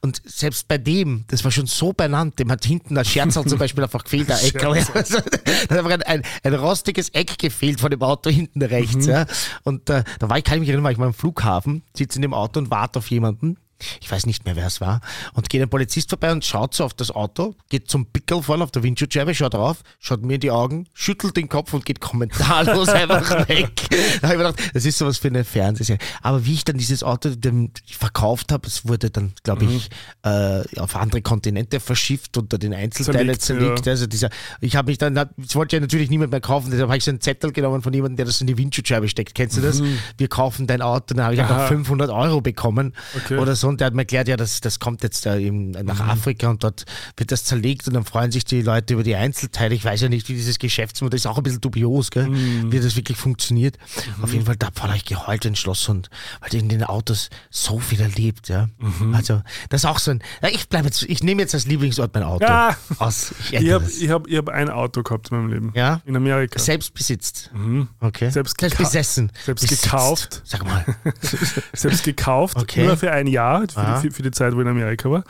Und selbst bei dem, das war schon so benannt, dem hat hinten der Scherzal zum Beispiel einfach gefehlt, der Eck. Genau, Also, [laughs] da hat einfach ein, ein, ein rostiges Eck gefehlt von dem Auto hinten Mhm. rechts. Ja? Und äh, da war ich, kann ich mich erinnern, war ich mal am Flughafen, sitze in dem Auto und warte auf jemanden. Ich weiß nicht mehr, wer es war. Und geht ein Polizist vorbei und schaut so auf das Auto, geht zum Pickel vorne auf der Windschutzscheibe, schaut drauf, schaut mir in die Augen, schüttelt den Kopf und geht kommentarlos [laughs] einfach weg. Da habe ich mir gedacht, das ist sowas für eine Fernsehserie. Aber wie ich dann dieses Auto dem verkauft habe, es wurde dann, glaube ich, Mhm. äh, auf andere Kontinente verschifft, unter den Einzelteile Zerlegt, zerlegt. ja. Also dieser, ich habe mich dann, das wollte ja natürlich niemand mehr kaufen, deshalb habe ich so einen Zettel genommen von jemandem, der das in die Windschutzscheibe steckt. Kennst du das? Wir kaufen dein Auto, dann habe ich einfach Mhm. Aha. 500 Euro bekommen Okay. Mhm. oder so. Und der hat mir erklärt, ja, das, das kommt jetzt da eben nach Afrika und dort wird das zerlegt und dann freuen sich die Leute über die Einzelteile. Ich weiß ja nicht, wie dieses Geschäftsmodell ist auch ein bisschen dubios, gell? Mhm. wie das wirklich funktioniert. Auf jeden Fall, da war ich geheult in Schlosshund, weil in den Autos so viel erlebt. Ja? Mhm. Also, das ist auch so ein. Ja, ich bleibe jetzt, ich nehme jetzt als Lieblingsort mein Auto. Ja. Aus, ich Ich ändere habe das. ich hab, ich hab ein Auto gehabt in meinem Leben. Ja? In Amerika. Selbst besitzt. Mhm. Okay. Selbst gekau- besessen. selbst gekauft. Sag mal. [laughs] Selbst gekauft, Okay. nur für ein Jahr, für, Ah. die, für die Zeit, wo ich in Amerika war.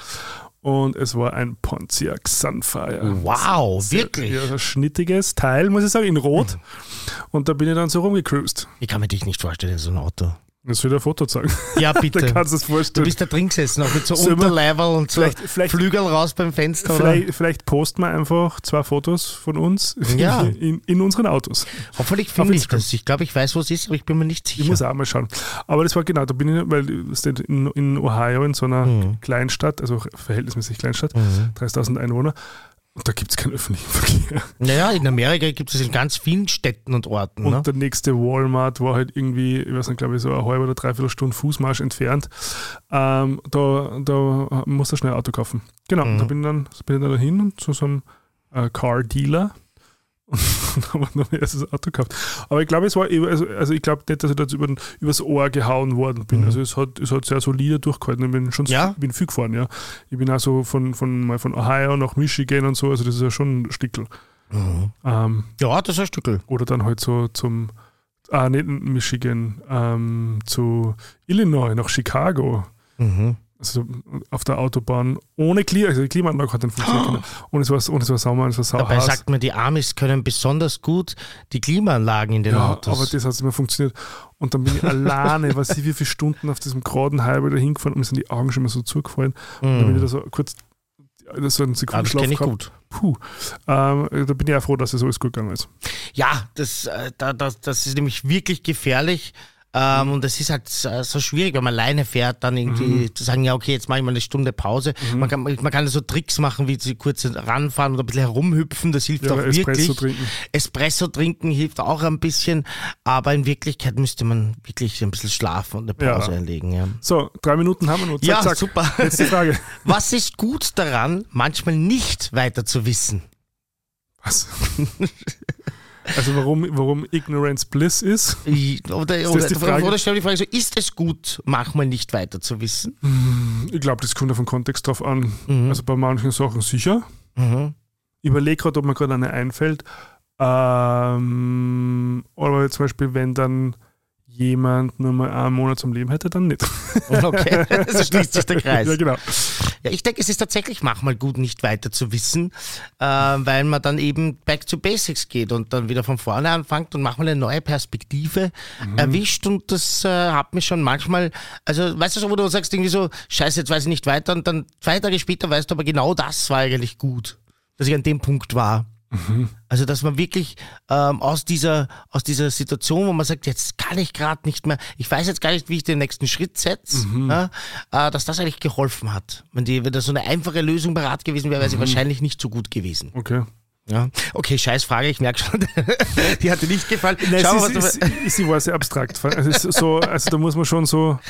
Und es war ein Pontiac Sunfire. Wow, wirklich. Mhm. Ja, so ein schnittiges Teil, muss ich sagen, in Rot. Und da bin ich dann so rumgecruised. Ich kann mir dich nicht vorstellen, in so ein Auto. Das will ich ein Foto zeigen. [laughs] Ja, da bitte. kannst du es Du vorstellen. bist da drin gesessen, auch mit so Sollen wir- Unterlevel und so Vielleicht- vielleicht- Flügel raus beim Fenster. Oder? Vielleicht, vielleicht posten wir einfach zwei Fotos von uns Ja. [laughs] in, in unseren Autos. Hoffentlich Auf finde ich Instagram. das. Ich glaube, ich weiß, wo es ist, aber ich bin mir nicht Ich sicher. muss auch mal schauen. Aber das war genau, da bin ich, weil es steht in, in Ohio, in so einer Mhm. Kleinstadt, also verhältnismäßig Kleinstadt, 30.000 Einwohner. Und da gibt es keinen öffentlichen Verkehr. naja, in Amerika gibt es in ganz vielen Städten und Orten. Und ne? der nächste Walmart war halt irgendwie, ich weiß nicht, glaube ich, so eine halbe oder dreiviertel Stunde Fußmarsch entfernt. Ähm, da, da musst du schnell ein Auto kaufen. Genau, und da Mhm. bin ich dann, bin ich dann hin und zu so einem äh, Car-Dealer. [laughs] Und haben wir noch mein erstes Auto gekauft. Aber ich glaube, es war, also, also ich glaube nicht, dass ich da jetzt über, den- übers Ohr gehauen worden bin. Also es hat, es hat sehr solide durchgehalten. Ich bin schon Mhm. Ja? ich bin viel gefahren, ja. Ich bin auch so von, von, mal von Ohio nach Michigan und so, also das ist ja schon ein Stickel. Mhm. Ähm, Ja, das ist ein Stückel. oder dann halt so zum, ah, nicht in Michigan, ähm, zu Illinois, nach Chicago. Also auf der Autobahn ohne Klima, also die Klimaanlage hat dann funktioniert. genau. Und es war, und es war sauber, und es war sauber. Oh. Dabei sagt man, die Amis können besonders gut die Klimaanlagen in den ja, Autos. aber das hat immer funktioniert. Und dann bin ich alleine, weiß ich, wie viele Stunden auf diesem geraden Highway da hingefahren und mir sind die Augen schon mal so zugefallen. Und dann bin ich da so kurz, das so Mm. Ah, einen das Sekundenschlaf kenne ich gehabt. gut. Puh. Ähm, da bin ich auch froh, dass es alles gut gegangen ist. Ja, das, äh, da, das, das ist nämlich wirklich gefährlich. Mhm. Ähm, und das ist halt so so schwierig, wenn man alleine fährt, dann irgendwie Mhm. zu sagen, ja, okay, jetzt mache ich mal eine Stunde Pause. Man kann, man kann so Tricks machen, wie zu kurz ranfahren oder ein bisschen herumhüpfen, das hilft Ja, auch oder Espresso wirklich. trinken. Espresso trinken hilft auch ein bisschen, aber in Wirklichkeit müsste man wirklich ein bisschen schlafen und eine Ja. Pause einlegen. Ja. So, drei Minuten haben wir noch. Zack, Ja, zack. super. Letzte Frage. Was ist gut daran, manchmal nicht weiter zu wissen? Was? also warum, warum Ignorance Bliss ist? Ich- Oder, oder, die Frage? oder stell die Frage so, ist es gut, manchmal nicht weiter zu wissen? Ich glaube, das kommt auf den Kontext drauf an. Also bei manchen Sachen sicher. Mhm. [laughs] Ich überlege gerade, ob mir gerade eine einfällt. Ähm, aber zum Beispiel, wenn dann jemand nur mal einen Monat zum Leben hätte, dann nicht. Okay, [laughs] so schließt sich der Kreis. ja, genau. Ja, ich denke, es ist tatsächlich manchmal gut, nicht weiter zu wissen, äh, weil man dann eben back to basics geht und dann wieder von vorne anfängt und manchmal eine neue Perspektive Mhm. erwischt und das äh, hat mich schon manchmal, also weißt du so, wo du sagst irgendwie so, scheiße, jetzt weiß ich nicht weiter und dann zwei Tage später weißt du aber genau das war eigentlich gut, dass ich an dem Punkt war. Also, dass man wirklich ähm, aus, dieser, aus dieser Situation, wo man sagt, jetzt kann ich gerade nicht mehr, ich weiß jetzt gar nicht, wie ich den nächsten Schritt setze, Mhm. ja, äh, dass das eigentlich geholfen hat. Wenn, die, wenn da so eine einfache Lösung parat gewesen wäre, wäre Mhm. sie wahrscheinlich nicht so gut gewesen. Okay. Ja. Okay, scheiß Frage, ich merke schon, [laughs] die hat dir nicht gefallen. Nein, Schauen es wir, was ist, ist, ist, sie war sehr abstrakt. Also, es ist so, also da muss man schon so,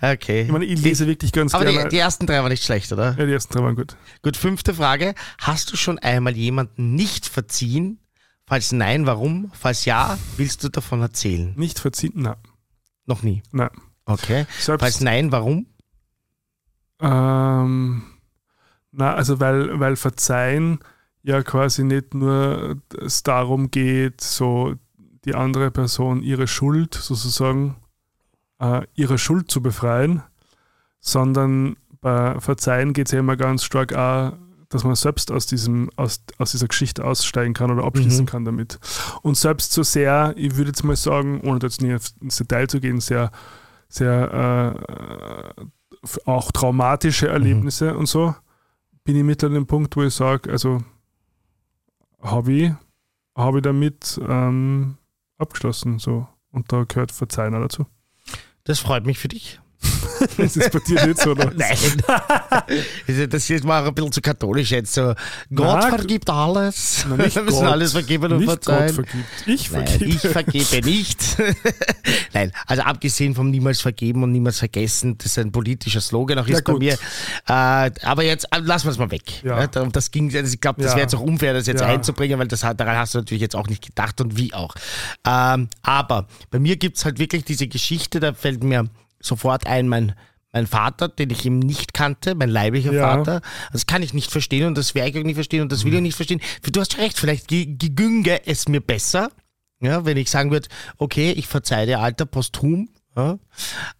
du, okay. ich meine, ich lese wirklich ganz Aber die, gerne. die ersten drei waren nicht schlecht, oder? ja, die ersten drei waren gut. Gut, fünfte Frage. Hast du schon einmal jemanden nicht verziehen, Falls nein, warum? Falls ja, willst du davon erzählen? Nicht verziehen, nein. Noch nie. nein. Okay. Falls Selbst, nein, warum? ähm, na, also weil, weil Verzeihen ja quasi nicht nur es darum geht, so die andere Person ihre Schuld sozusagen, äh, ihre Schuld zu befreien, sondern bei Verzeihen geht es ja immer ganz stark auch, dass man selbst aus, diesem, aus, aus dieser Geschichte aussteigen kann oder abschließen Mhm. kann damit. Und selbst so sehr, ich würde jetzt mal sagen, ohne da jetzt nicht ins Detail zu gehen, sehr, sehr äh, f- auch traumatische Erlebnisse und so, bin ich mittlerweile an dem Punkt, wo ich sage, also habe ich, hab ich damit ähm, abgeschlossen. So. Und da gehört Verzeihen auch dazu. [laughs] Das freut mich für dich. Das ist bei dir nicht so, oder? [laughs] [laughs] Nein. Also das ist mal ein bisschen zu katholisch jetzt. So, Gott Na, vergibt alles. na, [laughs] nicht Wir müssen Gott. alles vergeben und Nicht Gott verzeihen. vergibt. Ich Nein, vergebe. ich vergebe nicht. [laughs] Nein, also abgesehen vom niemals vergeben und niemals vergessen, das ein politischer Slogan auch Na ist bei gut. mir. Äh, aber jetzt äh, lassen wir es mal weg. Ja. Ja. darum- Das ging, also ich glaube, das Ja. wäre jetzt auch unfair, das jetzt Ja. einzubringen, weil das hat- daran hast du natürlich jetzt auch nicht gedacht und wie auch. Ähm, aber bei mir gibt es halt wirklich diese Geschichte, da fällt mir sofort ein, mein mein Vater, den ich eben nicht kannte, mein leiblicher Ja. Mhm. Vater, das kann ich nicht verstehen und das werde ich auch nicht verstehen und das will ich auch nicht verstehen. Du hast recht, vielleicht ge- gegünge es mir besser, ja, wenn ich sagen würde, okay, ich verzeihe dir, Alter, posthum. Ja.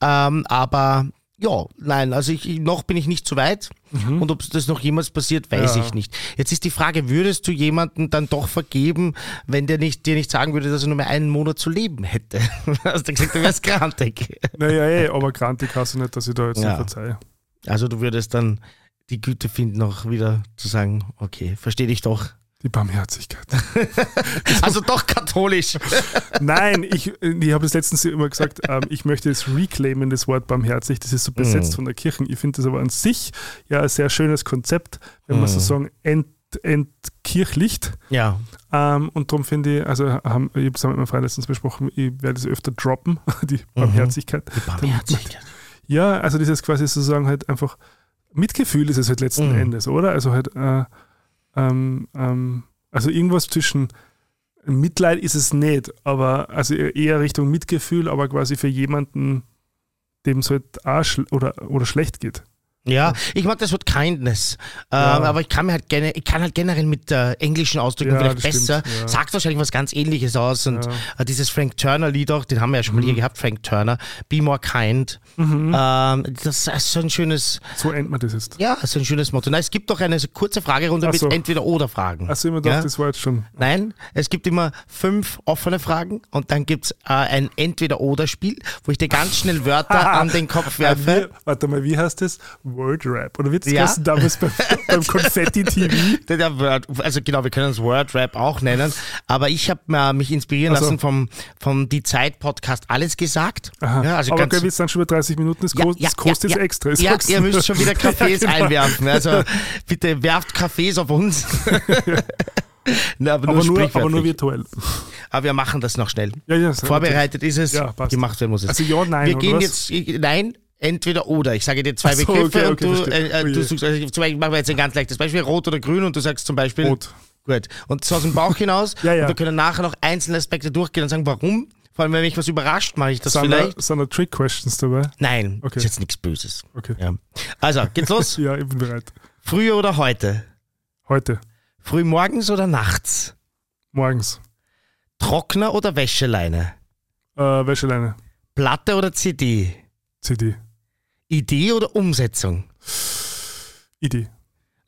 Ähm, aber ja, nein, also ich, ich- noch bin ich nicht so weit. Und ob das noch jemals passiert, weiß Mhm. Ja. ich nicht. Jetzt ist die Frage, würdest du jemanden dann doch vergeben, wenn der nicht, dir nicht sagen würde, dass er nur mehr einen Monat zu leben hätte? [laughs] Hast du gesagt, du wärst grantig. [laughs] Naja, ey, aber grantig hast du nicht, dass ich da jetzt Ja. nicht verzeihe. Also du würdest dann die Güte finden, auch wieder zu sagen, okay, verstehe dich [laughs] doch. Die Barmherzigkeit. [laughs] Also doch katholisch. Nein, ich, ich habe das letztens immer gesagt, ähm, ich möchte es reclaimen, das Wort barmherzig. Das ist so besetzt Mhm. von der Kirche. Ich finde das aber an sich ja ein sehr schönes Konzept, wenn Mhm. man sozusagen ent, entkirchlicht. Ja, Ähm, und darum finde ich, also haben, ich habe es mit meinem Freund letztens besprochen, ich werde es öfter droppen, [laughs] die Mhm. Barmherzigkeit. barmherzig. Ja, also das ist quasi sozusagen halt einfach Mitgefühl ist es halt letzten Mhm. Endes, oder? Also halt, äh, ähm, ähm, also irgendwas zwischen Mitleid ist es nicht, aber also eher Richtung Mitgefühl, aber quasi für jemanden, dem es halt auch schl oder, oder schlecht geht. Ja, ich mag das Wort Kindness. Ja. Ähm, aber ich kann mir halt gerne, ich kann halt generell mit äh, englischen Ausdrücken Ja, vielleicht das besser. stimmt, ja. Sagt wahrscheinlich was ganz ähnliches aus. Und Ja. Mhm. äh, dieses Frank Turner Lied auch, den haben wir ja schon mal hier gehabt, Frank Turner. Be more kind. Ähm, das ist so ein schönes, So endet man das jetzt. ja, so ein schönes Motto. Na, es gibt doch eine so kurze Fragerunde Ach mit so. entweder oder Fragen. Also immer gedacht, Ja. das war jetzt schon. Nein, es gibt immer fünf offene Fragen und dann gibt's äh, ein Entweder-Oder-Spiel, wo ich dir ganz schnell [laughs] Wörter an den Kopf werfe. Ah. Wie, warte mal, wie heißt das? Word Rap. Oder wie das Ja. ja. [laughs] damals beim, beim Konfetti TV? Der- Der Word, also genau, wir können es Word Rap auch nennen, aber ich habe äh, mich inspirieren Ach so. lassen vom, vom Die Zeit Podcast alles gesagt. Aha. Ja, also aber ganz, gell, wir sind schon über 30 Minuten, das, kostet, das kostet jetzt extra. ich Ja, sag's ihr nur. müsst schon wieder Kaffees [laughs] Ja, genau. einwerfen. [laughs] Also bitte werft Kaffees auf uns. [laughs] Na, aber, nur Aber nur, aber sprichwörtlich. nur virtuell. aber wir machen das noch schnell. Ja, ja, sehr Vorbereitet ist es, Ja, passt. gemacht werden muss es. Also ja, nein, Wir oder gehen was? jetzt, ich- nein, entweder oder. Ich sage dir zwei Ach so, Begriffe okay, und okay, du, verstehe. äh, äh, Oh du je. suchst, also zum Beispiel machen wir jetzt ein ganz leichtes Beispiel, rot oder grün und du sagst zum Beispiel, Rot. gut. Und so aus dem Bauch hinaus, [laughs] Ja, ja. und wir können nachher noch einzelne Aspekte durchgehen und sagen, warum? Vor allem, wenn mich was überrascht, mache ich das Sind da, vielleicht. sind da Trick-Questions dabei? Nein, Okay. ist jetzt nichts Böses. Okay. Ja. Also, geht's [laughs] los? Ja, ich bin bereit. Früher oder heute? Heute, Früh morgens oder nachts? morgens, Trockner oder Wäscheleine? äh, Wäscheleine, Platte oder CD? CD, Idee oder Umsetzung? Idee,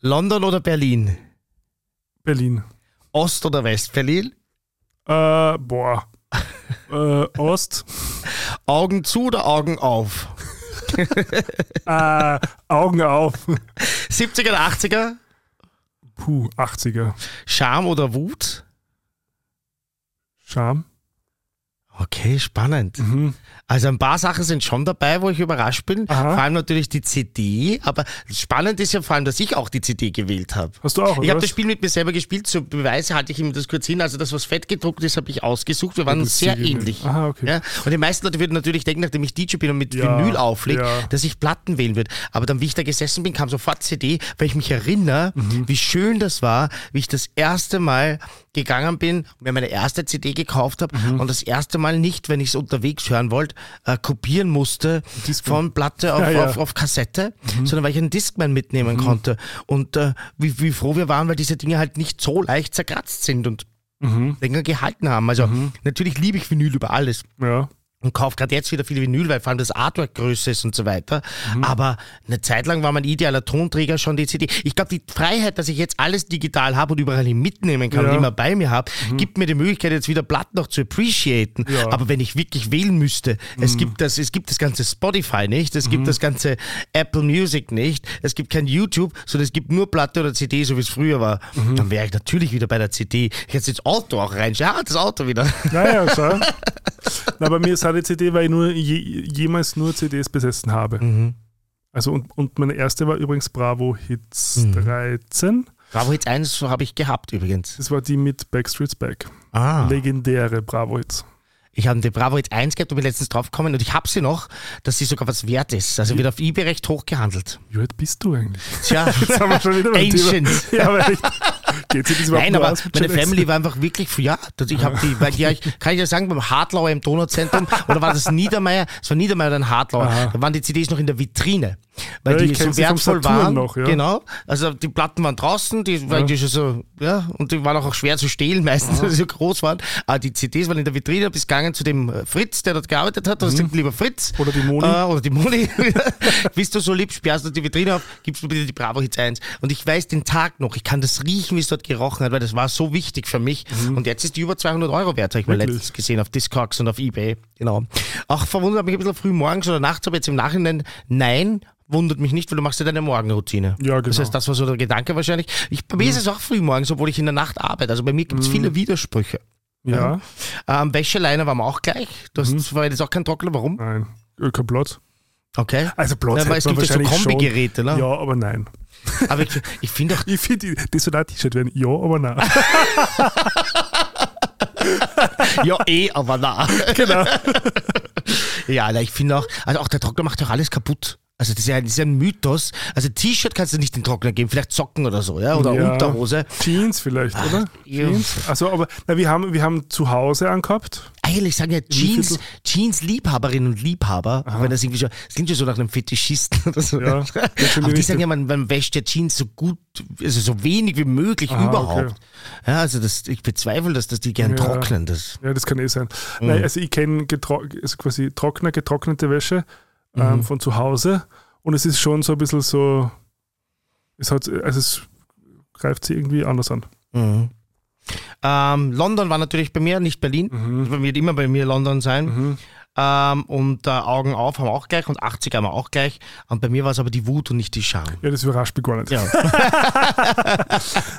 London oder Berlin? Berlin, Ost- oder West-Berlin? äh, boah, [laughs] äh, Ost, Augen zu oder Augen auf? äh, Augen auf, 70er oder 80er? puh, 80er, Scham oder Wut? Scham, Okay, spannend. Also ein paar Sachen sind schon dabei, wo ich überrascht bin. Mhm. Aha. Vor allem natürlich die CD. Aber spannend ist ja vor allem, dass ich auch die CD gewählt habe. Hast du auch, Ich oder habe was? das Spiel mit mir selber gespielt. Zur Beweise halte ich ihm das kurz hin. Also das, was fett gedruckt ist, habe ich ausgesucht. Wir waren das ist sehr die gewählt. ähnlich. Aha, okay. ja? Und die meisten Leute würden natürlich denken, nachdem ich DJ bin und mit Ja, Vinyl auflege, ja. dass ich Platten wählen würde. Aber dann, wie ich da gesessen bin, kam sofort CD, weil ich mich erinnere, Mhm. wie schön das war, wie ich das erste Mal gegangen bin, mir meine erste CD gekauft habe Mhm. und das erste Mal nicht, wenn ich es unterwegs hören wollte, äh, kopieren musste Discman. von Platte auf, Ja, ja. Mhm. Auf, auf Kassette, sondern weil ich einen Discman mitnehmen konnte. Und äh, wie, wie froh wir waren, weil diese Dinge halt nicht so leicht zerkratzt sind und Mhm. länger gehalten haben. Also natürlich liebe ich Vinyl über alles Ja. und kaufe gerade jetzt wieder viel Vinyl, weil vor allem das Artwork größer ist und so weiter. Mhm. Aber eine Zeit lang war mein idealer Tonträger schon die CD. Ich glaube, die Freiheit, dass ich jetzt alles digital habe und überall hin mitnehmen kann Ja. Mhm. und immer bei mir habe, gibt mir die Möglichkeit, jetzt wieder Platten noch zu appreciaten. Ja. Mhm. Aber wenn ich wirklich wählen müsste, es, gibt das, es gibt das ganze Spotify nicht, es gibt das ganze Apple Music nicht, es gibt kein YouTube, sondern es gibt nur Platte oder CD, so wie es früher war, Mhm. dann wäre ich natürlich wieder bei der CD. Ich hätte jetzt Auto auch reinschauen. Ja, das Auto wieder. [laughs] Naja, schau. Na, bei mir ist eine CD, weil ich nur je, jemals nur CDs besessen habe. Also und, und meine erste war übrigens Bravo Hits 13. Bravo Hits 1 habe ich gehabt übrigens. Das war die mit Backstreet's Back. Ah. Legendäre Bravo Hits. Ich habe den Bravo jetzt 1 gehabt und bin letztens drauf gekommen und ich habe sie noch, dass sie sogar was wert ist. Hm. Also wird auf eBay recht hoch gehandelt. Wie alt bist du eigentlich? Tja, [laughs] Jetzt [laughs] haben wir schon wieder beim ancient. Thema. Ja, aber echt. Geht sich das überhaupt Nein, nur aber aus mit meine Gen X? Family war einfach wirklich, ja, das- ich habe die, weil ja, ich, kann ich ja sagen, beim Hartlauer im Donauzentrum, oder war das Niedermeier, es war Niedermeier oder ein Hartlauer, da waren die CDs noch in der Vitrine, weil Ja, ich die so kenn sie vom wertvoll Saturn waren. noch, ja. Genau, also die Platten waren draußen, die, weil die schon so, ja, und die waren auch schwer zu stehlen meistens, weil sie [laughs] so groß waren, aber die CDs waren in der Vitrine, bis gegangen zu dem äh, Fritz, der dort gearbeitet hat, und mhm. lieber Fritz. Oder die Moni. Äh, oder die Moni. [laughs] Bist du so lieb, sperrst du die Vitrine auf, gibst mir bitte die Bravo Hits 1. Und ich weiß den Tag noch, ich kann das riechen, wie es dort gerochen hat, weil das war so wichtig für mich. Und jetzt ist die über 200 Euro wert, habe ich mal Mhm. Wirklich? letztens gesehen auf Discogs und auf Ebay. Genau. Auch verwundert mich ein bisschen früh morgens oder nachts, aber jetzt im Nachhinein, nein, wundert mich nicht, weil du machst ja deine Morgenroutine. Ja, genau. Mhm. Das heißt, das war so der Gedanke wahrscheinlich. Ich, bei mir ist es auch früh morgens, obwohl ich in der Nacht arbeite. Also bei mir gibt es viele Widersprüche. Ja, Ähm, Wäscheleiner waren wir auch gleich. Du Mhm. hast war jetzt auch kein Trockner, warum? nein. Äh, Kein Plot. Okay. Also Plot Ja, hätte aber es man gibt ja so wahrscheinlich schon. Kombigeräte, ne? Ja, aber nein. Aber ich, ich finde auch, Ich finde, das soll auch ein T-Shirt werden. Ja, aber nein. ja eh, aber na. genau. [laughs] Ja, na, ich finde auch, also auch der Trockner macht doch alles kaputt. Also das ist ja, das ist ja ein Mythos. Also T-Shirt kannst du nicht in den Trockner geben, vielleicht Socken oder so, ja, oder Ja. Unterhose. Jeans vielleicht, oder? ja. Jeans. Also, aber na, wir, haben, wir haben zu Hause angehabt. Eigentlich sagen ja Jeans, Viertel? Jeans-Liebhaberinnen und Liebhaber, auch wenn das irgendwie schon, das klingt schon so nach einem Fetischisten oder so. Ja, geht schon in die [laughs] Aber die Richtung. sagen ja, man, man wäscht ja Jeans so gut, also so wenig wie möglich Aha, überhaupt. okay. Ja, also das, ich bezweifle, dass das die gern Ja. trocknen. Das. Ja, das kann eh sein. Nein, also ich kenne getro also quasi trockene, getrocknete Wäsche ähm, von zu Hause und es ist schon so ein bisschen so, es hat, also es greift sie irgendwie anders an. Mhm. Ähm, London war natürlich bei mir, nicht Berlin. Mhm. Wird immer bei mir London sein. Ähm, und äh, Augen auf haben wir auch gleich und 80 haben wir auch gleich. Und bei mir war es aber die Wut und nicht die Scham. Ja, das überrascht mich gar nicht. [laughs] Ja.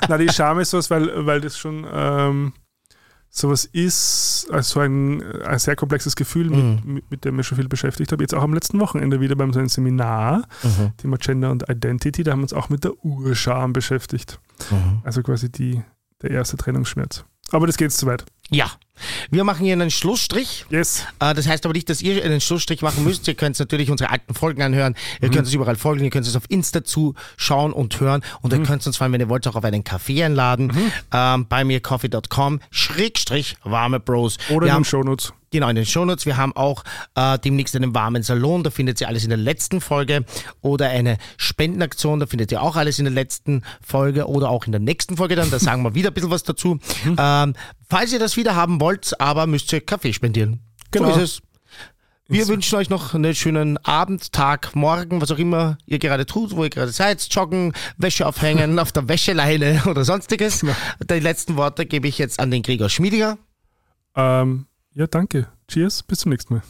Na, die Scham ist was, weil, weil das schon ähm, sowas ist, also ein, ein sehr komplexes Gefühl, mit, mit, mit dem ich mich schon viel beschäftigt habe. Jetzt auch am letzten Wochenende wieder beim so einem Seminar, Thema Gender und Identity, da haben wir uns auch mit der Urscham beschäftigt. Also quasi die, der erste Trennungsschmerz. Aber das geht jetzt zu weit. ja. Wir machen hier einen Schlussstrich. Yes. Äh, Das heißt aber nicht, dass ihr einen Schlussstrich machen müsst. Ihr könnt natürlich unsere alten Folgen anhören. Ihr könnt uns überall folgen. Ihr könnt uns auf Insta zuschauen und hören. Und ihr könnt uns vor allem, wenn ihr wollt, auch auf einen Kaffee einladen. Ähm, bei mir coffee.com Schrägstrich warme Bros. Oder Wir in haben den Shownotes. Genau, in den Shownotes. Wir haben auch äh, demnächst einen warmen Salon, da findet ihr alles in der letzten Folge. Oder eine Spendenaktion, da findet ihr auch alles in der letzten Folge oder auch in der nächsten Folge dann. Da sagen wir wieder ein bisschen was dazu. Ähm, falls ihr das wieder haben wollt, aber müsst ihr Kaffee spendieren. Genau. So ist es. Wir wünschen euch noch einen schönen Abend, Tag, Morgen, was auch immer ihr gerade tut, wo ihr gerade seid. Joggen, Wäsche aufhängen, auf der Wäscheleine oder sonstiges. Die letzten Worte gebe ich jetzt an den Gregor Schmiediger. Ähm, ja, danke. Cheers. Bis zum nächsten Mal.